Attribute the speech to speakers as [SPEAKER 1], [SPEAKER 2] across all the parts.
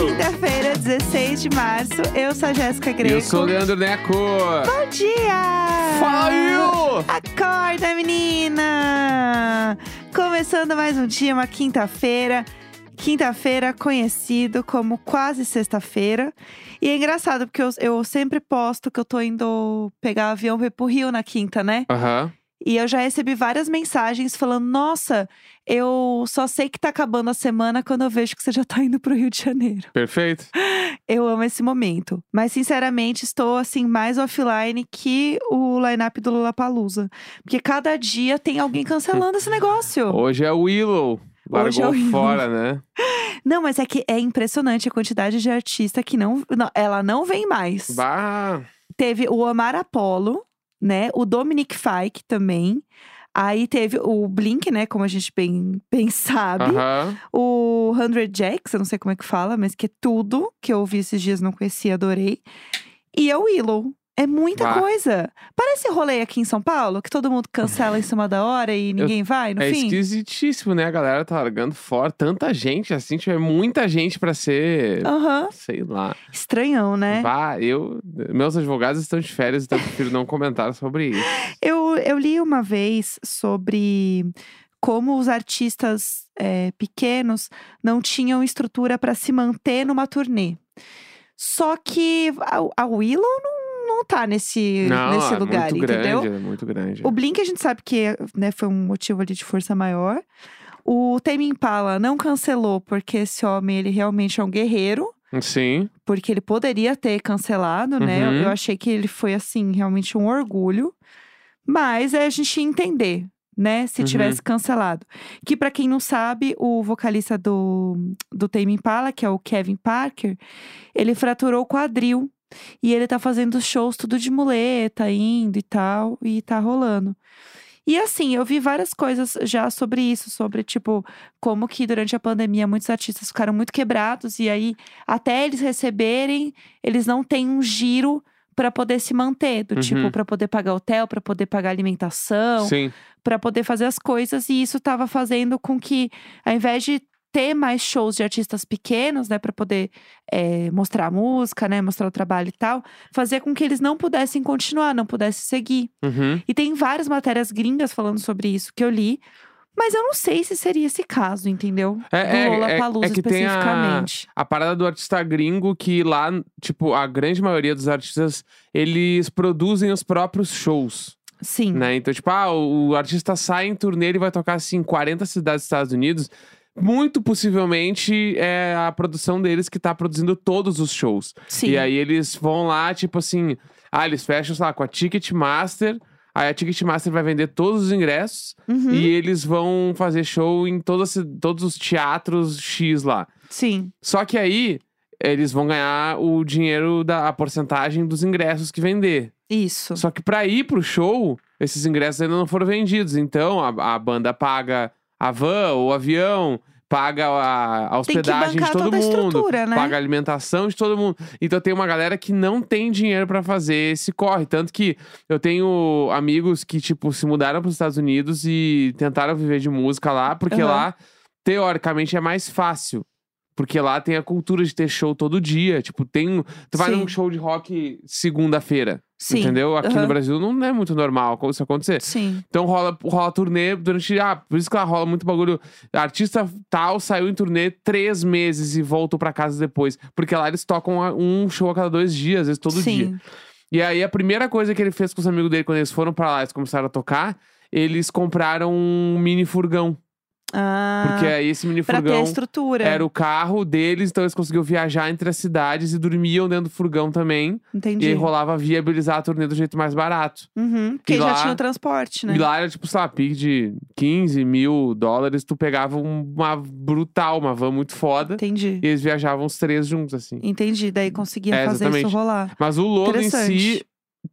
[SPEAKER 1] um 22 é de março. Eu sou a Jéssica Greco.
[SPEAKER 2] Eu sou o Leandro Neco.
[SPEAKER 1] Bom dia!
[SPEAKER 2] Faiu!
[SPEAKER 1] Acorda, tá, menina! Começando mais um dia, uma quinta-feira. Quinta-feira, conhecido como quase sexta-feira. E é engraçado, porque eu, eu sempre posto que eu tô indo pegar avião pra ir pro Rio na quinta, né?
[SPEAKER 2] Aham.
[SPEAKER 1] E eu já recebi várias mensagens falando: Nossa, eu só sei que tá acabando a semana quando eu vejo que você já tá indo pro Rio de Janeiro.
[SPEAKER 2] Perfeito.
[SPEAKER 1] Eu amo esse momento. Mas, sinceramente, estou assim, mais offline que o line-up do Lollapalooza. Porque cada dia tem alguém cancelando esse negócio.
[SPEAKER 2] Hoje é o Willow. Largou
[SPEAKER 1] Hoje é o Willow.
[SPEAKER 2] fora, né?
[SPEAKER 1] Não, mas é que é impressionante a quantidade de artista que não. não- ela não vem mais.
[SPEAKER 2] Bah.
[SPEAKER 1] Teve o Omar Apollo, né? O Dominic Fike também. Aí teve o Blink, né? Como a gente bem, bem sabe.
[SPEAKER 2] Aham.
[SPEAKER 1] O 100 Jacks, eu não sei como é que fala, mas que é tudo que eu ouvi esses dias, não conhecia, adorei. E é o Willow. É muita
[SPEAKER 2] Bah.
[SPEAKER 1] coisa. Parece rolê aqui em São Paulo, que todo mundo cancela em cima da hora e ninguém vai, no
[SPEAKER 2] É
[SPEAKER 1] fim.
[SPEAKER 2] esquisitíssimo, né? A galera tá largando fora. Tanta gente, assim, tiver muita gente pra ser.
[SPEAKER 1] Aham.
[SPEAKER 2] Sei lá.
[SPEAKER 1] Estranhão, né?
[SPEAKER 2] Uhum. Bah, eu. Meus advogados estão de férias, então eu prefiro não comentar sobre isso.
[SPEAKER 1] Eu, eu li uma vez sobre como os artistas é, pequenos não tinham estrutura para se manter numa turnê. Só que a, a Willow não, não tá nesse,
[SPEAKER 2] não,
[SPEAKER 1] nesse
[SPEAKER 2] é
[SPEAKER 1] lugar,
[SPEAKER 2] muito
[SPEAKER 1] entendeu?
[SPEAKER 2] grande, é muito grande.
[SPEAKER 1] O Blink a gente sabe que né, foi um motivo ali de força maior. O Tame Impala não cancelou porque esse homem ele realmente é um guerreiro,
[SPEAKER 2] Sim.
[SPEAKER 1] porque ele poderia ter cancelado, né? Eu-
[SPEAKER 2] Uhum.
[SPEAKER 1] Eu achei que ele foi assim realmente um orgulho, mas é a gente entender, né? Se
[SPEAKER 2] Uhum.
[SPEAKER 1] tivesse cancelado, que pra quem não sabe, o vocalista do do Tame Impala, que é o Kevin Parker, ele fraturou o quadril. E ele tá fazendo shows tudo de muleta, indo e tal, e tá rolando. E assim, eu vi várias coisas já sobre isso, sobre tipo, como que durante a pandemia muitos artistas ficaram muito quebrados e aí até eles receberem, eles não têm um giro pra poder se manter, do tipo
[SPEAKER 2] Uhum.
[SPEAKER 1] pra poder pagar hotel, pra poder pagar alimentação,
[SPEAKER 2] Sim.
[SPEAKER 1] pra poder fazer as coisas e isso tava fazendo com que ao invés de ter mais shows de artistas pequenos, né, Pra poder eh, mostrar a música, né, mostrar o trabalho e tal, fazer com que eles não pudessem continuar, não pudessem seguir.
[SPEAKER 2] Uhum.
[SPEAKER 1] E tem várias matérias gringas falando sobre isso que eu li. Mas eu não sei se seria esse caso, entendeu?
[SPEAKER 2] É,
[SPEAKER 1] Do
[SPEAKER 2] é- é-
[SPEAKER 1] Lollapalooza
[SPEAKER 2] é que tem a-
[SPEAKER 1] especificamente.
[SPEAKER 2] A parada do artista gringo que lá, tipo, a grande maioria dos artistas, eles produzem os próprios shows,
[SPEAKER 1] Sim.
[SPEAKER 2] né? Então, tipo, ah, o o artista sai em turnê, ele vai tocar, assim, em 40 cidades dos Estados Unidos. Muito possivelmente é a produção deles que tá produzindo todos os shows.
[SPEAKER 1] Sim.
[SPEAKER 2] E aí eles vão lá, tipo assim, ah, eles fecham, sei lá, com a Ticketmaster. Aí a Ticketmaster vai vender todos os ingressos
[SPEAKER 1] Uhum,
[SPEAKER 2] e eles vão fazer show em todas, as- todos os teatros X lá.
[SPEAKER 1] Sim.
[SPEAKER 2] Só que aí eles vão ganhar o dinheiro da a porcentagem dos ingressos que vender.
[SPEAKER 1] Isso.
[SPEAKER 2] Só que pra ir pro show, esses ingressos ainda não foram vendidos. Então a, a banda paga a van, o avião, paga a, a
[SPEAKER 1] Tem que
[SPEAKER 2] hospedagem
[SPEAKER 1] bancar
[SPEAKER 2] de todo
[SPEAKER 1] toda a
[SPEAKER 2] mundo.
[SPEAKER 1] estrutura, né?
[SPEAKER 2] Paga a alimentação de todo mundo. Então tem uma galera que não tem dinheiro pra fazer esse corre. Tanto que eu tenho amigos que, tipo, se mudaram pros Estados Unidos e tentaram viver de música lá, porque
[SPEAKER 1] Aham.
[SPEAKER 2] lá, teoricamente, é mais fácil. Porque lá tem a cultura de ter show todo dia. Tipo, tem. Tu vai
[SPEAKER 1] Sim.
[SPEAKER 2] num show de rock segunda-feira.
[SPEAKER 1] Sim.
[SPEAKER 2] Entendeu? Aqui
[SPEAKER 1] Aham.
[SPEAKER 2] no Brasil não é muito normal isso acontecer.
[SPEAKER 1] Sim.
[SPEAKER 2] Então rola, rola turnê durante. Ah, por isso que lá rola muito bagulho. Artista tal saiu em turnê três meses e voltou pra casa depois. Porque lá eles tocam a- um show a cada dois dias, às vezes todo
[SPEAKER 1] Sim.
[SPEAKER 2] dia. E aí a primeira coisa que ele fez com os amigos dele quando eles foram pra lá e começaram a tocar, eles compraram um mini furgão.
[SPEAKER 1] Ah,
[SPEAKER 2] Porque aí esse mini
[SPEAKER 1] pra ter a
[SPEAKER 2] furgão.
[SPEAKER 1] estrutura.
[SPEAKER 2] Era o carro deles, então eles conseguiam viajar entre as cidades e dormiam dentro do furgão também. E
[SPEAKER 1] Entendi.
[SPEAKER 2] aí rolava viabilizar a turnê do jeito mais barato.
[SPEAKER 1] Uhum, Porque
[SPEAKER 2] E
[SPEAKER 1] já
[SPEAKER 2] lá-
[SPEAKER 1] tinha o transporte, né?
[SPEAKER 2] E lá era tipo, sei lá, pique de 15 mil dólares, tu pegava um, uma brutal, uma van muito foda.
[SPEAKER 1] Entendi.
[SPEAKER 2] E eles viajavam os três juntos, assim.
[SPEAKER 1] Entendi. Daí conseguia
[SPEAKER 2] É,
[SPEAKER 1] fazer isso
[SPEAKER 2] exatamente.
[SPEAKER 1] rolar.
[SPEAKER 2] Mas o Lodo em si,
[SPEAKER 1] Interessante.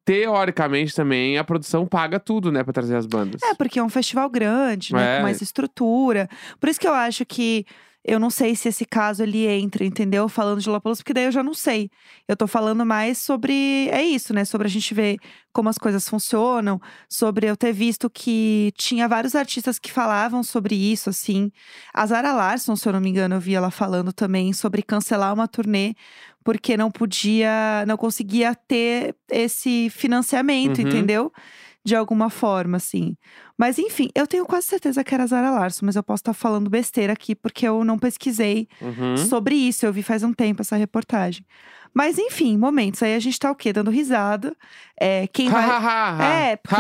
[SPEAKER 2] teoricamente também, a produção paga tudo, né, pra trazer as bandas.
[SPEAKER 1] É, porque é um festival é grande, né?
[SPEAKER 2] É.
[SPEAKER 1] Com mais estrutura. Por isso que eu acho que Eu não sei se esse caso ele entra, entendeu? Falando de Lollapalooza, porque daí eu já não sei. Eu tô falando mais sobre… É isso, né? Sobre a gente ver como as coisas funcionam. Sobre eu ter visto que tinha vários artistas que falavam sobre isso, assim. A Zara Larsson, se eu não me engano, eu vi ela falando também sobre cancelar uma turnê porque não podia, não conseguia ter esse financiamento,
[SPEAKER 2] Uhum.
[SPEAKER 1] entendeu? De alguma forma, assim. Mas enfim, eu tenho quase certeza que era Zara Larson, mas eu posso estar falando besteira aqui porque eu não pesquisei
[SPEAKER 2] Uhum.
[SPEAKER 1] sobre isso. Eu vi faz um tempo essa reportagem. Mas enfim, momentos. Aí a gente tá o quê? Dando risada. É, quem vai. Ai, É, porque-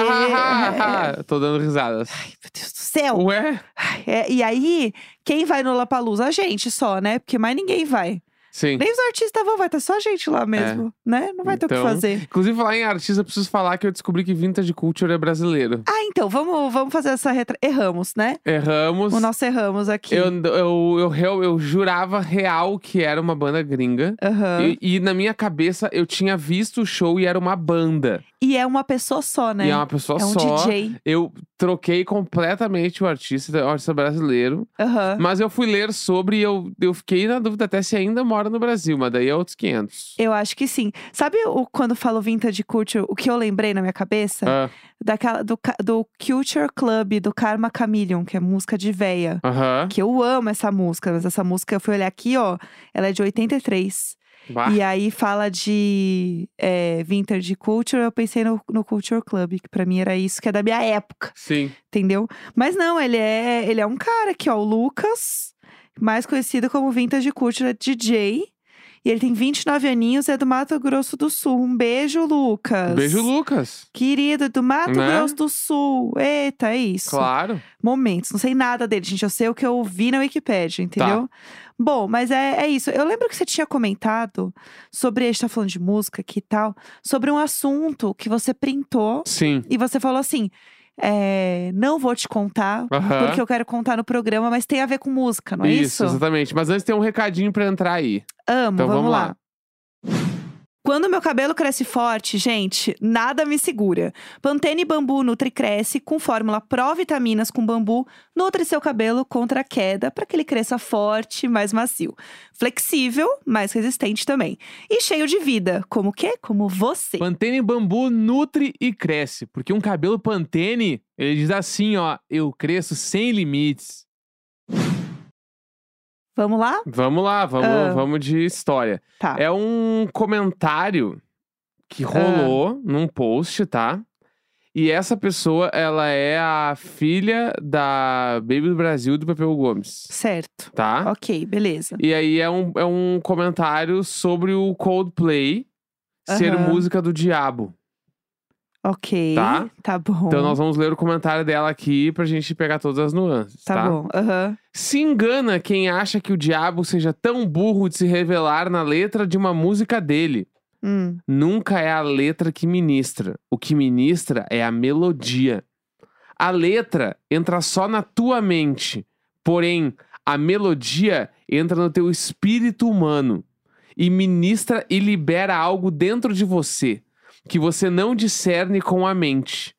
[SPEAKER 2] Tô dando risadas.
[SPEAKER 1] meu Deus do céu!
[SPEAKER 2] Ué?
[SPEAKER 1] Ai, é, e aí, quem vai no Lapalusa? A gente só, né? Porque mais ninguém vai.
[SPEAKER 2] Sim. É.
[SPEAKER 1] Nem os artistas vão, vai estar só a gente lá mesmo, né? Não vai ter o
[SPEAKER 2] Então-
[SPEAKER 1] que fazer.
[SPEAKER 2] Inclusive, falar em artista, eu preciso falar que eu descobri que Vintage Culture é brasileiro.
[SPEAKER 1] Ah, então, vamos, vamos fazer essa retra... Erramos, né?
[SPEAKER 2] Erramos.
[SPEAKER 1] O nosso erramos aqui.
[SPEAKER 2] Eu, eu, eu, real- eu jurava real que era uma banda gringa.
[SPEAKER 1] Aham. E...
[SPEAKER 2] E, e na minha cabeça eu tinha visto o show e era uma banda.
[SPEAKER 1] é uma pessoa só, né?
[SPEAKER 2] E é uma pessoa
[SPEAKER 1] É um
[SPEAKER 2] só.
[SPEAKER 1] DJ.
[SPEAKER 2] Eu troquei completamente o artista, o artista brasileiro.
[SPEAKER 1] Aham.
[SPEAKER 2] Mas eu fui ler sobre e eu, eu fiquei na dúvida até se ainda mora no Brasil, mas daí é outros 500.
[SPEAKER 1] Eu acho que sim. Sabe o, quando falo vintage culture, o que eu lembrei na minha cabeça?
[SPEAKER 2] Ah,
[SPEAKER 1] Daquela, do, ca- do Culture Club, do Karma Chameleon, que é música de véia.
[SPEAKER 2] Aham.
[SPEAKER 1] Que eu amo essa música, mas essa música, eu fui olhar aqui, ó, ela é de 83.
[SPEAKER 2] Bah.
[SPEAKER 1] E aí fala de é, vintage culture, eu pensei no, no Culture Club, que pra mim era isso, que é da minha época,
[SPEAKER 2] Sim.
[SPEAKER 1] entendeu? Mas não, ele é, ele é um cara aqui, ó, o Lucas, mais conhecido como Vintage Culture, é DJ. E ele tem 29 aninhos, é do Mato Grosso do Sul. Um beijo, Lucas.
[SPEAKER 2] Beijo, Lucas.
[SPEAKER 1] Querido, do Mato
[SPEAKER 2] Né?
[SPEAKER 1] Grosso do Sul. Eita, é isso.
[SPEAKER 2] Claro.
[SPEAKER 1] Momentos. Não sei nada dele, gente. Eu sei o que eu vi na
[SPEAKER 2] Tá.
[SPEAKER 1] Wikipédia, entendeu? Bom, mas é, é isso. Eu lembro que você tinha comentado sobre. A gente tá falando de música aqui e tal. Sobre um assunto que você printou
[SPEAKER 2] Sim.
[SPEAKER 1] e você falou assim: é, não vou te contar,
[SPEAKER 2] Aham.
[SPEAKER 1] porque eu quero contar no programa, mas tem a ver com música, não é isso?
[SPEAKER 2] exatamente. Mas antes tem um recadinho pra entrar aí.
[SPEAKER 1] Amo,
[SPEAKER 2] Então vamos lá.
[SPEAKER 1] Quando meu cabelo cresce forte, gente, nada me segura. Pantene Bambu Nutri Cresce com fórmula Pro-Vitaminas com bambu nutre seu cabelo contra a queda para que ele cresça forte, mais macio, flexível, mais resistente também e cheio de vida, como o quê? Como você.
[SPEAKER 2] Pantene Bambu nutre e cresce. Porque um cabelo Pantene, ele diz assim, ó. Eu cresço sem limites.
[SPEAKER 1] Vamos lá?
[SPEAKER 2] Vamos lá, vamos,
[SPEAKER 1] Ah.
[SPEAKER 2] vamos de história.
[SPEAKER 1] Tá.
[SPEAKER 2] É um comentário que rolou
[SPEAKER 1] Ah.
[SPEAKER 2] num post, tá? E essa pessoa, ela é a filha da Baby do Brasil e do Pepeu Gomes,
[SPEAKER 1] Certo.
[SPEAKER 2] tá?
[SPEAKER 1] Ok, beleza.
[SPEAKER 2] E aí é um, é um comentário sobre o Coldplay ser
[SPEAKER 1] Aham.
[SPEAKER 2] música do diabo.
[SPEAKER 1] Ok.
[SPEAKER 2] Tá.
[SPEAKER 1] bom.
[SPEAKER 2] Então nós vamos ler o comentário dela aqui pra gente pegar todas as nuances,
[SPEAKER 1] Tá,
[SPEAKER 2] tá?
[SPEAKER 1] bom. Aham.
[SPEAKER 2] Se engana quem acha que o diabo seja tão burro de se revelar na letra de uma música dele.
[SPEAKER 1] Hum.
[SPEAKER 2] Nunca é a letra que ministra. O que ministra é a melodia. A letra entra só na tua mente, porém a melodia entra no teu espírito humano e ministra e libera algo dentro de você que você não discerne com a mente.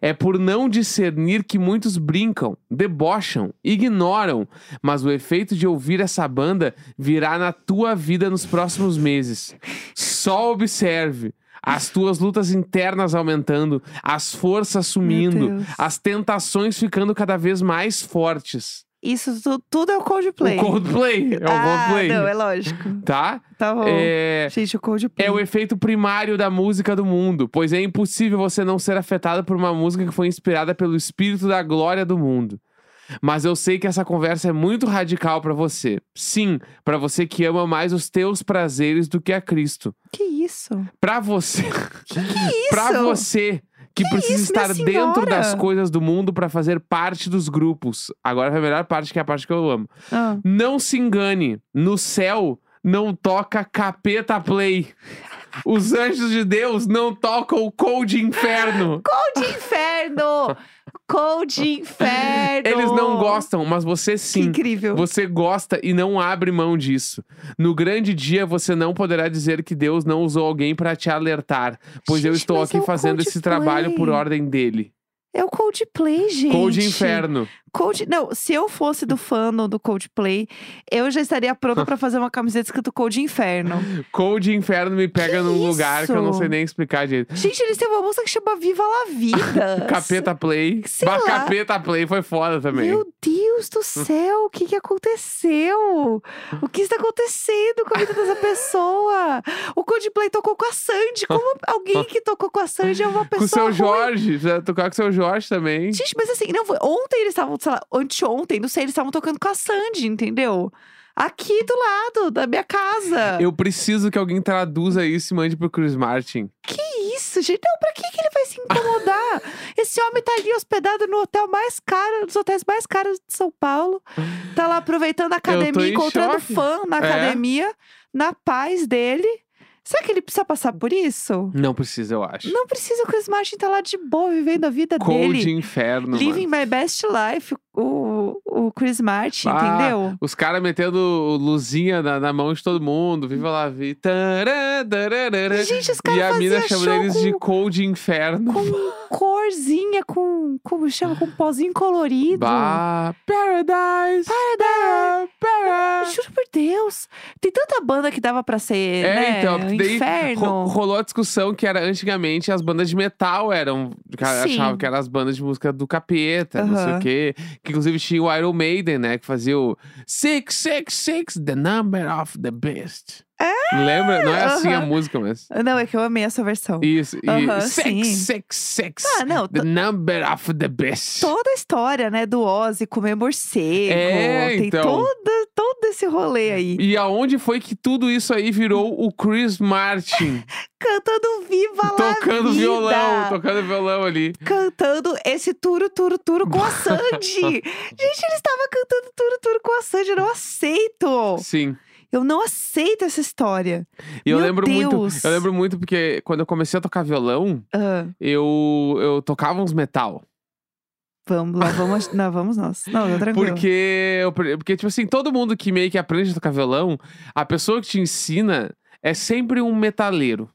[SPEAKER 2] É por não discernir que muitos brincam, debocham, ignoram, mas o efeito de ouvir essa banda virá na tua vida nos próximos meses. Só observe as tuas lutas internas aumentando, as forças sumindo,
[SPEAKER 1] Deus.
[SPEAKER 2] as tentações ficando cada vez mais fortes.
[SPEAKER 1] Isso tu- tudo é o Coldplay.
[SPEAKER 2] O Coldplay é o
[SPEAKER 1] ah,
[SPEAKER 2] Coldplay,
[SPEAKER 1] não, é lógico.
[SPEAKER 2] tá?
[SPEAKER 1] Tá bom.
[SPEAKER 2] É,
[SPEAKER 1] Gente, o Coldplay.
[SPEAKER 2] é o efeito primário da música do mundo, pois é impossível você não ser afetado por uma música que foi inspirada pelo espírito da glória do mundo. Mas eu sei que essa conversa é muito radical pra você. Sim, pra você que ama mais os teus prazeres do que a Cristo.
[SPEAKER 1] Que isso?
[SPEAKER 2] Pra você,
[SPEAKER 1] Que isso?
[SPEAKER 2] Pra você que, precisa
[SPEAKER 1] isso, minha
[SPEAKER 2] estar dentro
[SPEAKER 1] senhora?
[SPEAKER 2] das coisas do mundo pra fazer parte dos grupos. Agora vai a melhor parte que é a parte que eu amo.
[SPEAKER 1] Ah.
[SPEAKER 2] Não se engane, no céu não toca capeta play. Os anjos de Deus não tocam o cold inferno.
[SPEAKER 1] Cold Inferno! Cold Inferno!
[SPEAKER 2] Eles não gostam, mas você
[SPEAKER 1] Que
[SPEAKER 2] sim.
[SPEAKER 1] incrível.
[SPEAKER 2] Você gosta e não abre mão disso. No grande dia, você não poderá dizer que Deus não usou alguém pra te alertar, pois eu
[SPEAKER 1] Gente,
[SPEAKER 2] estou
[SPEAKER 1] mas
[SPEAKER 2] aqui
[SPEAKER 1] é o
[SPEAKER 2] fazendo esse
[SPEAKER 1] Coldplay.
[SPEAKER 2] trabalho por ordem dele.
[SPEAKER 1] É o Coldplay, gente.
[SPEAKER 2] Cold inferno.
[SPEAKER 1] Cold. Não, se eu fosse do fandom do Coldplay, eu já estaria pronta pra fazer uma camiseta escrito Cold Inferno.
[SPEAKER 2] Cold Inferno me pega
[SPEAKER 1] Que
[SPEAKER 2] num lugar que eu não
[SPEAKER 1] isso?
[SPEAKER 2] sei nem explicar direito.
[SPEAKER 1] Gente, eles têm uma música que chama Viva la Vida.
[SPEAKER 2] Capeta Play.
[SPEAKER 1] sei
[SPEAKER 2] Bah,
[SPEAKER 1] lá.
[SPEAKER 2] Capeta Play foi foda também.
[SPEAKER 1] Meu Deus do céu, o que, que aconteceu? O que está acontecendo com a vida dessa pessoa? O Coldplay tocou com a Sandy. Como alguém que tocou com a Sandy é uma pessoa.
[SPEAKER 2] Com o seu
[SPEAKER 1] ruim?
[SPEAKER 2] Jorge, já tocar com o seu Jorge também.
[SPEAKER 1] Gente, mas assim, não foi. Ontem eles estavam, sei lá, anteontem, não sei, eles estavam tocando com a Sandy, entendeu? Aqui do lado da minha casa.
[SPEAKER 2] Eu preciso que alguém traduza isso e mande pro Chris Martin.
[SPEAKER 1] Que isso, gente? Não, pra que, que ele vai se incomodar? Esse homem tá ali hospedado no hotel mais caro, dos hotéis mais caros de São Paulo. Tá lá aproveitando a
[SPEAKER 2] tô
[SPEAKER 1] academia,
[SPEAKER 2] em
[SPEAKER 1] encontrando
[SPEAKER 2] choque.
[SPEAKER 1] fã
[SPEAKER 2] É.
[SPEAKER 1] na academia, na paz dele. Será que ele precisa passar por isso?
[SPEAKER 2] Não precisa, eu acho.
[SPEAKER 1] Não precisa, o Chris Martin tá lá de boa, vivendo a vida
[SPEAKER 2] Cold
[SPEAKER 1] dele.
[SPEAKER 2] Inferno, mano.
[SPEAKER 1] Living my best life, o, o Chris Martin,
[SPEAKER 2] Ah,
[SPEAKER 1] entendeu?
[SPEAKER 2] Os caras metendo luzinha na, na mão de todo mundo. Viva lá, vi. Tará, tararara.
[SPEAKER 1] Gente, os
[SPEAKER 2] E
[SPEAKER 1] caras
[SPEAKER 2] a mina
[SPEAKER 1] faziam
[SPEAKER 2] chamando eles
[SPEAKER 1] show
[SPEAKER 2] de
[SPEAKER 1] com,
[SPEAKER 2] Cold Inferno.
[SPEAKER 1] com corzinha, com, como chama, com pozinho colorido.
[SPEAKER 2] Bah, paradise. Paradise. Paradise.
[SPEAKER 1] Juro por Deus. Tem tanta banda que dava pra ser,
[SPEAKER 2] É,
[SPEAKER 1] né?
[SPEAKER 2] então, porque daí
[SPEAKER 1] inferno.
[SPEAKER 2] ro- rolou a discussão que era antigamente as bandas de metal eram. que a-
[SPEAKER 1] Sim.
[SPEAKER 2] Achavam que eram as bandas de música do capeta, não sei
[SPEAKER 1] Aham.
[SPEAKER 2] o quê. Que inclusive tinha o Iron Maiden, né? Que fazia o 666, the number of the beast. Lembra? Não é assim a
[SPEAKER 1] aham.
[SPEAKER 2] música, mas.
[SPEAKER 1] Não, é que eu amei essa versão.
[SPEAKER 2] Isso,
[SPEAKER 1] Aham,
[SPEAKER 2] e
[SPEAKER 1] sim.
[SPEAKER 2] 666,
[SPEAKER 1] Ah, não,
[SPEAKER 2] the number of the beast.
[SPEAKER 1] Toda a história, né, do Ozzy comer morcego.
[SPEAKER 2] É,
[SPEAKER 1] tem
[SPEAKER 2] então. É.
[SPEAKER 1] toda, todo esse rolê aí.
[SPEAKER 2] E aonde foi que tudo isso aí virou o Chris Martin?
[SPEAKER 1] Cantando Viva La
[SPEAKER 2] tocando
[SPEAKER 1] Vida.
[SPEAKER 2] violão, tocando violão ali.
[SPEAKER 1] Cantando esse turo, turo, turo com a Sandy. Gente, ele estava cantando turo, turo com a Sandy. Eu não aceito.
[SPEAKER 2] Sim.
[SPEAKER 1] Eu não aceito essa história.
[SPEAKER 2] E eu
[SPEAKER 1] Meu
[SPEAKER 2] lembro muito.
[SPEAKER 1] Deus!
[SPEAKER 2] Eu lembro muito porque quando eu comecei a tocar violão,
[SPEAKER 1] Ah,
[SPEAKER 2] eu, eu tocava uns metal.
[SPEAKER 1] vamos lá, vamos. não, vamos nós. Não, tá tranquilo.
[SPEAKER 2] Porque, eu pre- porque, tipo assim, todo mundo que meio que aprende a tocar violão, a pessoa que te ensina é sempre um metaleiro.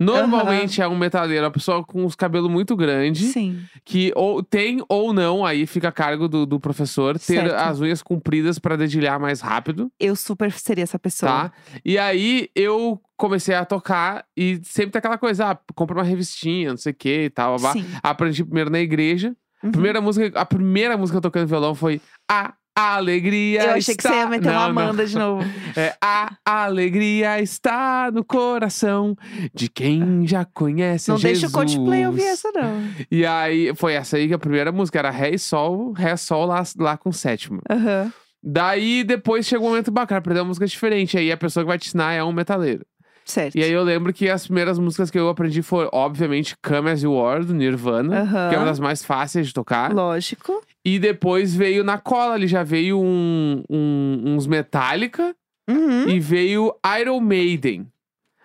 [SPEAKER 2] Normalmente é um metaleiro, uma pessoa com os cabelos muito grandes,
[SPEAKER 1] Sim.
[SPEAKER 2] que ou tem ou não, aí fica a cargo do, do professor, ter
[SPEAKER 1] Certo.
[SPEAKER 2] as unhas compridas pra dedilhar mais rápido.
[SPEAKER 1] Eu super seria essa pessoa.
[SPEAKER 2] Tá? E aí eu comecei a tocar e sempre tem aquela coisa, ah, compra uma revistinha, não sei o que e tal, babá.
[SPEAKER 1] Sim.
[SPEAKER 2] Aprendi primeiro na igreja.
[SPEAKER 1] Uhum.
[SPEAKER 2] Primeira música, a primeira música tocando violão foi A Alegria.
[SPEAKER 1] Eu achei que
[SPEAKER 2] está...
[SPEAKER 1] você ia meter uma
[SPEAKER 2] Não, não.
[SPEAKER 1] Amanda de novo.
[SPEAKER 2] É, a alegria está no coração de quem já conhece
[SPEAKER 1] Não
[SPEAKER 2] Jesus.
[SPEAKER 1] deixa o Coldplay ouvir essa, não.
[SPEAKER 2] E aí, foi essa aí que é a primeira música era Ré e Sol, Ré e Sol lá, lá com sétima.
[SPEAKER 1] Aham.
[SPEAKER 2] Daí depois chega um momento bacana, aprender uma música diferente. Aí a pessoa que vai te ensinar é um metaleiro.
[SPEAKER 1] Certo.
[SPEAKER 2] E aí eu lembro que as primeiras músicas que eu aprendi foram, obviamente, Come As You Are, do Nirvana,
[SPEAKER 1] Aham.
[SPEAKER 2] que é uma das mais fáceis de tocar.
[SPEAKER 1] Lógico.
[SPEAKER 2] E depois veio na cola, ali já veio um- um- uns Metallica
[SPEAKER 1] Uhum.
[SPEAKER 2] e veio Iron Maiden.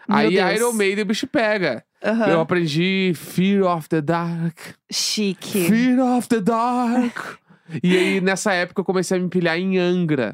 [SPEAKER 1] Meu
[SPEAKER 2] aí
[SPEAKER 1] Deus.
[SPEAKER 2] Iron Maiden o bicho pega.
[SPEAKER 1] Aham.
[SPEAKER 2] Eu aprendi Fear of the Dark.
[SPEAKER 1] Chique.
[SPEAKER 2] Fear of the Dark. e aí, nessa época, eu comecei a me empilhar em Angra.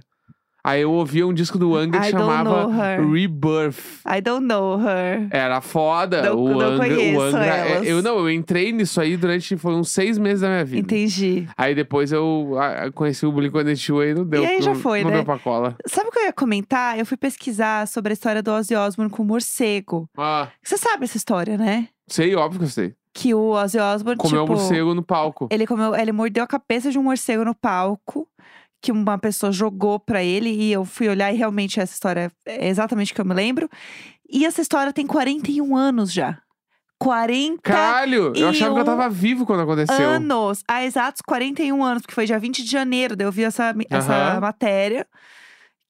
[SPEAKER 2] Aí eu ouvia um disco do Angra que
[SPEAKER 1] I don't
[SPEAKER 2] chamava
[SPEAKER 1] know her.
[SPEAKER 2] Rebirth.
[SPEAKER 1] I don't know her.
[SPEAKER 2] Era foda.
[SPEAKER 1] Não-
[SPEAKER 2] o
[SPEAKER 1] não
[SPEAKER 2] Angra,
[SPEAKER 1] conheço
[SPEAKER 2] o Angra é-
[SPEAKER 1] elas.
[SPEAKER 2] Eu não, eu entrei nisso aí durante foi uns seis meses da minha vida.
[SPEAKER 1] Entendi.
[SPEAKER 2] Aí depois eu ah, conheci o Blink-182 e não deu.
[SPEAKER 1] aí já
[SPEAKER 2] não-
[SPEAKER 1] foi,
[SPEAKER 2] não
[SPEAKER 1] né?
[SPEAKER 2] deu pra cola.
[SPEAKER 1] Sabe o que eu ia comentar? Eu fui pesquisar sobre a história do Ozzy Osbourne com o morcego.
[SPEAKER 2] Ah,
[SPEAKER 1] Você sabe essa história, né?
[SPEAKER 2] sei, óbvio que eu sei.
[SPEAKER 1] Que o Ozzy Osbourne,
[SPEAKER 2] Comeu um
[SPEAKER 1] tipo...
[SPEAKER 2] morcego no palco.
[SPEAKER 1] Ele comeu, ele mordeu a cabeça de um morcego no palco que uma pessoa jogou pra ele e eu fui olhar e realmente essa história é exatamente o que eu me lembro. E essa história tem 41 anos já. 40
[SPEAKER 2] Caralho! Eu
[SPEAKER 1] tá E
[SPEAKER 2] achava que eu
[SPEAKER 1] um
[SPEAKER 2] tava vivo quando aconteceu.
[SPEAKER 1] anos. Há exatos 41 anos, porque foi dia 20 de janeiro, daí eu vi essa, essa
[SPEAKER 2] Aham. matéria,
[SPEAKER 1] matéria.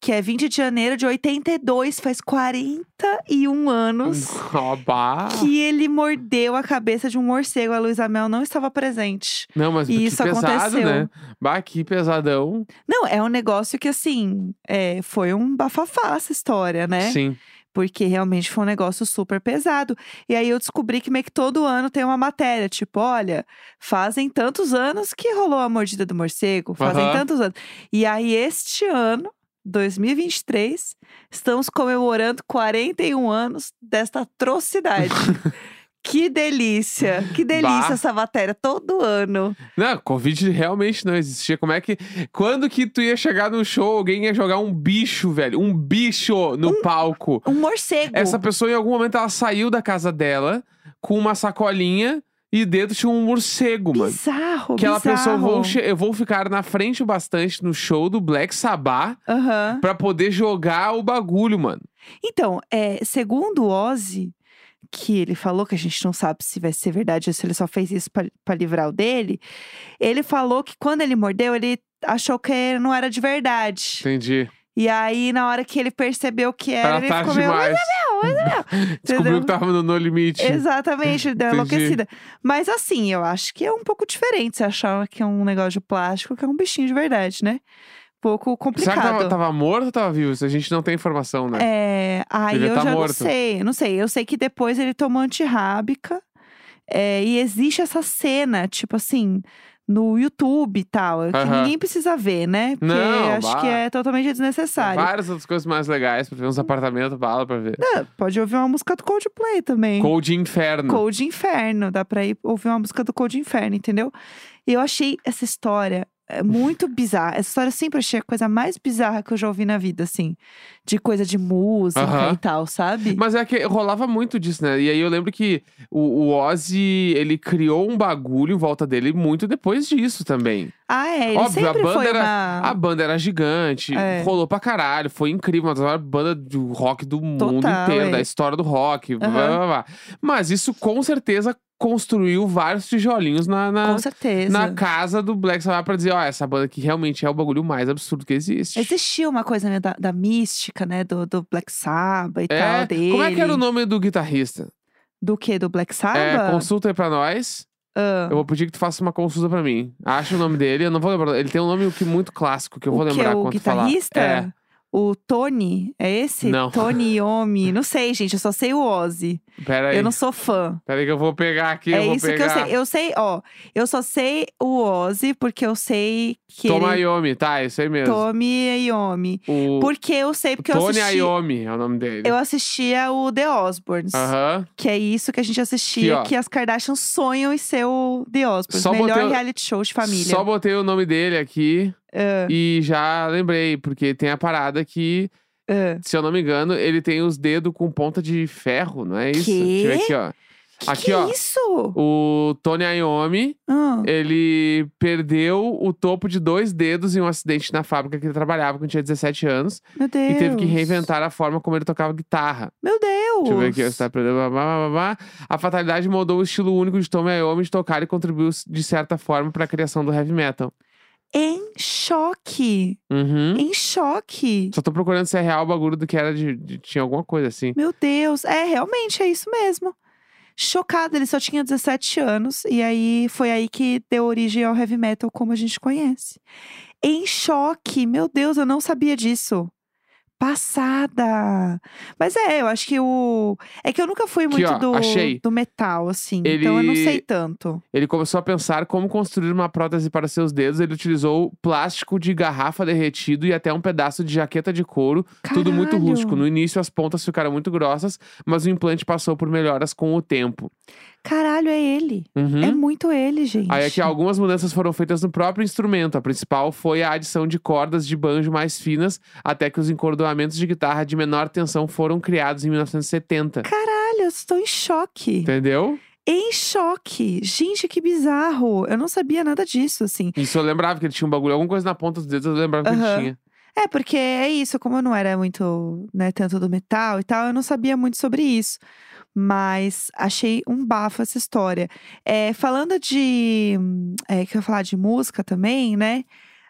[SPEAKER 1] Que é 20 de janeiro de 82, faz 41 anos
[SPEAKER 2] Ó, Ah, bah.
[SPEAKER 1] que ele mordeu a cabeça de um morcego. A Luísa Mel não estava presente.
[SPEAKER 2] Não, mas
[SPEAKER 1] E
[SPEAKER 2] que
[SPEAKER 1] isso
[SPEAKER 2] pesado,
[SPEAKER 1] aconteceu.
[SPEAKER 2] né? Bah, que pesadão.
[SPEAKER 1] Não, é um negócio que, assim, é, foi um bafafá essa história, né?
[SPEAKER 2] Sim.
[SPEAKER 1] Porque realmente foi um negócio super pesado. E aí eu descobri que meio que todo ano tem uma matéria, tipo, olha, fazem tantos anos que rolou a mordida do morcego, fazem
[SPEAKER 2] Aham.
[SPEAKER 1] tantos anos. E aí este ano, 2023, estamos comemorando 41 anos desta um atrocidade. Que delícia! Que delícia
[SPEAKER 2] Bah.
[SPEAKER 1] essa matéria todo ano.
[SPEAKER 2] Não, Covid realmente não existia. Como é que. Quando que tu ia chegar num show, alguém ia jogar um bicho, velho? Um bicho no palco.
[SPEAKER 1] Um morcego.
[SPEAKER 2] Essa pessoa, em algum momento, ela saiu da casa dela com uma sacolinha e dentro tinha um morcego, mano.
[SPEAKER 1] Bizarro,
[SPEAKER 2] Que é ela pensou,
[SPEAKER 1] bizarro.
[SPEAKER 2] vou, che- eu vou ficar na frente o bastante no show do Black Sabbath
[SPEAKER 1] Aham.
[SPEAKER 2] pra poder jogar o bagulho, mano.
[SPEAKER 1] Então, é, segundo o Ozzy, que ele falou que a gente não sabe se vai ser verdade ou se ele só fez isso para livrar o dele, ele falou que quando ele mordeu, ele achou que não era de verdade.
[SPEAKER 2] Entendi.
[SPEAKER 1] E aí, na hora que ele percebeu que era,
[SPEAKER 2] Ela
[SPEAKER 1] É, ele
[SPEAKER 2] tá
[SPEAKER 1] ficou meio.
[SPEAKER 2] demais.
[SPEAKER 1] "Mas é meu, mas é meu."
[SPEAKER 2] Descobriu
[SPEAKER 1] Entendeu?
[SPEAKER 2] que tava no No Limite.
[SPEAKER 1] Exatamente, ele deu uma
[SPEAKER 2] Entendi.
[SPEAKER 1] enlouquecida. Mas assim, eu acho que é um pouco diferente você achar que é um negócio de plástico, que é um bichinho de verdade, né? Um pouco
[SPEAKER 2] Será
[SPEAKER 1] complicado.
[SPEAKER 2] que é tava, tava morto ou tava vivo? Isso a gente não tem informação, né?
[SPEAKER 1] É, aí
[SPEAKER 2] Devia
[SPEAKER 1] eu
[SPEAKER 2] tá
[SPEAKER 1] já
[SPEAKER 2] morto.
[SPEAKER 1] não sei, não sei. Eu sei que depois ele tomou antirrábica. É, e existe essa cena, tipo assim, no YouTube e tal, que
[SPEAKER 2] Aham.
[SPEAKER 1] ninguém precisa ver, né? Porque
[SPEAKER 2] Não,
[SPEAKER 1] acho
[SPEAKER 2] bah.
[SPEAKER 1] que é totalmente desnecessário.
[SPEAKER 2] Várias outras coisas mais legais pra ver uns apartamentos bala pra ver.
[SPEAKER 1] Ah, Pode ouvir uma música do Coldplay também.
[SPEAKER 2] Cold Inferno.
[SPEAKER 1] Cold Inferno, dá pra ir ouvir uma música do Cold Inferno, entendeu? E eu achei essa história é, muito bizarra. Essa história eu sempre achei a coisa mais bizarra que eu já ouvi na vida, assim. De coisa de música
[SPEAKER 2] Aham.
[SPEAKER 1] e tal, sabe?
[SPEAKER 2] Mas é que rolava muito disso, né? E aí eu lembro que o, o Ozzy, ele criou um bagulho em volta dele muito depois disso também.
[SPEAKER 1] Ah, é. Ele
[SPEAKER 2] Óbvio, a
[SPEAKER 1] sempre
[SPEAKER 2] banda
[SPEAKER 1] foi
[SPEAKER 2] era-
[SPEAKER 1] uma.
[SPEAKER 2] A banda era gigante,
[SPEAKER 1] Ah. É.
[SPEAKER 2] rolou pra caralho, foi incrível, uma das maiores bandas do rock do mundo
[SPEAKER 1] Total,
[SPEAKER 2] inteiro,
[SPEAKER 1] é.
[SPEAKER 2] da história do rock, blá,
[SPEAKER 1] Aham.
[SPEAKER 2] blá, blá, blá. Mas isso com certeza construiu vários tijolinhos na, na,
[SPEAKER 1] Com certeza.
[SPEAKER 2] na casa do Black Sabbath pra dizer, ó, essa banda aqui realmente é o bagulho mais absurdo que existe.
[SPEAKER 1] Existia uma coisa né, da, da mística, né? Do, do Black Sabbath e
[SPEAKER 2] É,
[SPEAKER 1] tal dele.
[SPEAKER 2] como é que era o nome do guitarrista?
[SPEAKER 1] Do que? Do Black
[SPEAKER 2] É,
[SPEAKER 1] Sabbath?
[SPEAKER 2] consulta aí pra nós.
[SPEAKER 1] Ah,
[SPEAKER 2] Eu vou pedir que tu faça uma consulta pra mim. Acha o nome dele, eu não vou lembrar. Ele tem um nome que- muito clássico que eu vou
[SPEAKER 1] o que
[SPEAKER 2] lembrar
[SPEAKER 1] é o
[SPEAKER 2] quando tu falar.
[SPEAKER 1] guitarrista?
[SPEAKER 2] É.
[SPEAKER 1] O Tony? É esse?
[SPEAKER 2] Não.
[SPEAKER 1] Tony Yomi? Não sei, gente. Eu só sei o Ozzy.
[SPEAKER 2] Pera aí.
[SPEAKER 1] Eu não sou fã.
[SPEAKER 2] Pera aí É que eu vou pegar aqui. eu
[SPEAKER 1] é
[SPEAKER 2] vou
[SPEAKER 1] isso
[SPEAKER 2] pegar.
[SPEAKER 1] que eu sei. Eu sei, ó. Eu só sei o Ozzy porque eu sei que
[SPEAKER 2] Toma
[SPEAKER 1] ele...
[SPEAKER 2] Iommi, tá, isso aí mesmo.
[SPEAKER 1] Tony Yomi.
[SPEAKER 2] O
[SPEAKER 1] Porque eu sei, porque eu
[SPEAKER 2] Tony
[SPEAKER 1] assisti...
[SPEAKER 2] Iommi é o nome dele.
[SPEAKER 1] Eu assistia o The Osbournes.
[SPEAKER 2] Aham.
[SPEAKER 1] Que é isso que a gente assistia,
[SPEAKER 2] Aqui, ó.
[SPEAKER 1] que as Kardashians sonham em ser o The Osbournes.
[SPEAKER 2] Só
[SPEAKER 1] melhor
[SPEAKER 2] botei o-
[SPEAKER 1] reality show de família.
[SPEAKER 2] Só botei o nome dele aqui e já lembrei, porque tem a parada que,
[SPEAKER 1] Ah,
[SPEAKER 2] se eu não me engano, ele tem os dedos com ponta de ferro, não é isso? Deixa
[SPEAKER 1] Quê?
[SPEAKER 2] eu ver aqui, ó.
[SPEAKER 1] que
[SPEAKER 2] Aqui,
[SPEAKER 1] que é
[SPEAKER 2] ó.
[SPEAKER 1] isso?
[SPEAKER 2] O Tony Iommi,
[SPEAKER 1] Ah,
[SPEAKER 2] ele perdeu o topo de dois dedos em um acidente na fábrica que ele trabalhava quando tinha 17 anos
[SPEAKER 1] meu Deus.
[SPEAKER 2] e teve que reinventar a forma como ele tocava guitarra.
[SPEAKER 1] Meu Deus.
[SPEAKER 2] Deixa eu ver aqui, ó, se tá perdendo, blá, blá, blá, blá. A fatalidade moldou o estilo único de Tom Iommi de tocar e contribuiu de certa forma pra criação do heavy metal.
[SPEAKER 1] Em choque.
[SPEAKER 2] Uhum.
[SPEAKER 1] Em choque.
[SPEAKER 2] Só tô procurando se é real o bagulho do que era de, de- tinha alguma coisa assim.
[SPEAKER 1] Meu Deus. É, realmente, é isso mesmo. Chocado, ele só tinha 17 anos. E aí, foi aí que deu origem ao heavy metal como a gente conhece. Em choque. Meu Deus, eu não sabia disso. Passada. Mas é, eu acho que o. É que eu nunca fui
[SPEAKER 2] Aqui,
[SPEAKER 1] muito
[SPEAKER 2] ó,
[SPEAKER 1] do,
[SPEAKER 2] achei.
[SPEAKER 1] do metal, assim. Então eu não
[SPEAKER 2] Ele-
[SPEAKER 1] sei tanto.
[SPEAKER 2] Ele começou a pensar como construir uma prótese para seus dedos. Ele utilizou plástico de garrafa derretido e até um pedaço de jaqueta de couro. Tudo muito
[SPEAKER 1] Caralho.
[SPEAKER 2] rústico. né? No início as pontas ficaram muito grossas, mas o implante passou por melhoras com o tempo.
[SPEAKER 1] Caralho, é ele.
[SPEAKER 2] Uhum.
[SPEAKER 1] É muito ele, gente.
[SPEAKER 2] Aí aqui é algumas mudanças foram feitas no próprio instrumento. A principal foi a adição de cordas de banjo mais finas, até que os encordoamentos de guitarra de menor tensão foram criados em 1970.
[SPEAKER 1] Caralho, eu estou em choque.
[SPEAKER 2] Entendeu?
[SPEAKER 1] Em choque. Gente, que bizarro. Eu não sabia nada disso, assim.
[SPEAKER 2] Isso eu lembrava que ele tinha um bagulho, alguma coisa na ponta dos dedos, eu lembrava que ele
[SPEAKER 1] Aham.
[SPEAKER 2] tinha.
[SPEAKER 1] É, porque é isso, como eu não era muito, né, tanto do metal e tal, eu não sabia muito sobre isso. Mas achei um bafo essa história. É, falando de. hum, É, que eu ia falar de música também, né?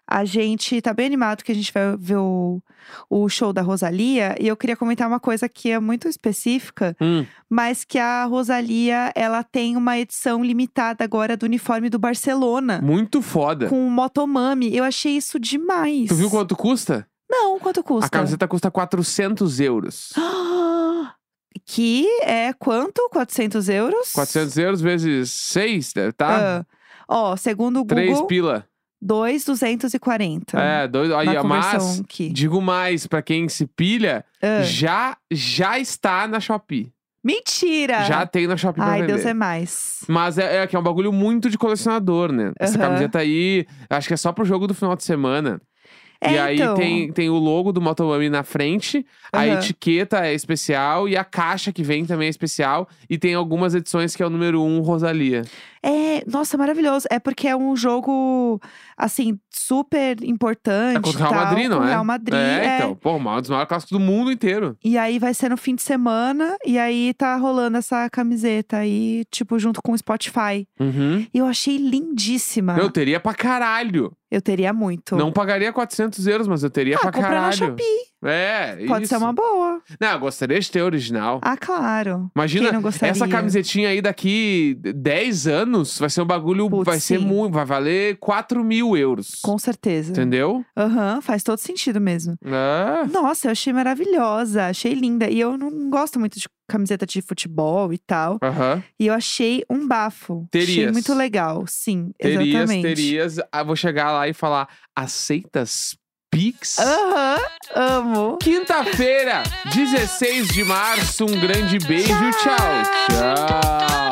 [SPEAKER 1] A gente tá bem animado que a gente vai ver o, o show da Rosalia. E eu queria comentar uma coisa que é muito específica,
[SPEAKER 2] Hum,
[SPEAKER 1] mas que a Rosalia ela tem uma edição limitada agora do uniforme do Barcelona.
[SPEAKER 2] muito foda.
[SPEAKER 1] Com o Motomami. Eu achei isso demais.
[SPEAKER 2] Tu viu quanto custa?
[SPEAKER 1] Não, quanto custa?
[SPEAKER 2] A camiseta custa 400 euros.
[SPEAKER 1] Ah, Que é quanto? 400 euros?
[SPEAKER 2] 400 euros vezes 6, deve tá?
[SPEAKER 1] Ah, Ó, segundo o
[SPEAKER 2] 3
[SPEAKER 1] Google,
[SPEAKER 2] pila.
[SPEAKER 1] 2,240.
[SPEAKER 2] É, dois, aí,
[SPEAKER 1] na
[SPEAKER 2] ó, mas,
[SPEAKER 1] conversão aqui.
[SPEAKER 2] digo mais, pra quem se pilha,
[SPEAKER 1] Ah,
[SPEAKER 2] já, já está na Shopee.
[SPEAKER 1] Mentira!
[SPEAKER 2] Já tem na Shopping pra
[SPEAKER 1] É. Ai,
[SPEAKER 2] vender.
[SPEAKER 1] Deus é mais.
[SPEAKER 2] Mas é, é que é um bagulho muito de colecionador, né? Essa
[SPEAKER 1] Aham.
[SPEAKER 2] camiseta aí, acho que é só pro jogo do final de semana.
[SPEAKER 1] É,
[SPEAKER 2] e aí
[SPEAKER 1] então.
[SPEAKER 2] tem, tem o logo do Motomami na frente, a
[SPEAKER 1] Aham.
[SPEAKER 2] etiqueta é especial e a caixa que vem também é especial. E tem algumas edições que é o número 1, um, Rosalia.
[SPEAKER 1] É, nossa, maravilhoso. É porque é um jogo, assim, super importante.
[SPEAKER 2] É contra o Real
[SPEAKER 1] tal,
[SPEAKER 2] Madrid,
[SPEAKER 1] com
[SPEAKER 2] não
[SPEAKER 1] o
[SPEAKER 2] é?
[SPEAKER 1] Real Madrid.
[SPEAKER 2] é,
[SPEAKER 1] é.
[SPEAKER 2] então. Pô, um dos maiores clássicos do mundo inteiro.
[SPEAKER 1] E aí vai ser no fim de semana, e aí tá rolando essa camiseta aí, tipo, junto com o Spotify.
[SPEAKER 2] Uhum.
[SPEAKER 1] E eu achei lindíssima.
[SPEAKER 2] Eu teria pra caralho.
[SPEAKER 1] Eu teria muito.
[SPEAKER 2] Não pagaria 400 euros, mas eu teria
[SPEAKER 1] ah,
[SPEAKER 2] pra
[SPEAKER 1] comprar na
[SPEAKER 2] caralho.
[SPEAKER 1] Shopee.
[SPEAKER 2] É,
[SPEAKER 1] Pode
[SPEAKER 2] isso.
[SPEAKER 1] ser uma boa.
[SPEAKER 2] Não, eu gostaria de ter original.
[SPEAKER 1] Ah, claro.
[SPEAKER 2] Imagina,
[SPEAKER 1] Quem não gostaria?
[SPEAKER 2] essa camisetinha aí daqui 10 anos vai ser um bagulho,
[SPEAKER 1] Putz,
[SPEAKER 2] vai ser
[SPEAKER 1] sim.
[SPEAKER 2] muito, vai valer 4 mil euros.
[SPEAKER 1] Com certeza.
[SPEAKER 2] Entendeu?
[SPEAKER 1] Aham, faz todo sentido mesmo.
[SPEAKER 2] É.
[SPEAKER 1] Nossa, eu achei maravilhosa, achei linda. E eu não gosto muito de camiseta de futebol e tal.
[SPEAKER 2] Aham.
[SPEAKER 1] E eu achei um bafo. Achei
[SPEAKER 2] Terias.
[SPEAKER 1] muito legal, sim,
[SPEAKER 2] Terias,
[SPEAKER 1] exatamente.
[SPEAKER 2] terias. Ah, vou chegar lá e falar: aceitas Pix?
[SPEAKER 1] Aham, amo.
[SPEAKER 2] Quinta-feira, 16 de março. Um grande beijo. Tchau. Tchau.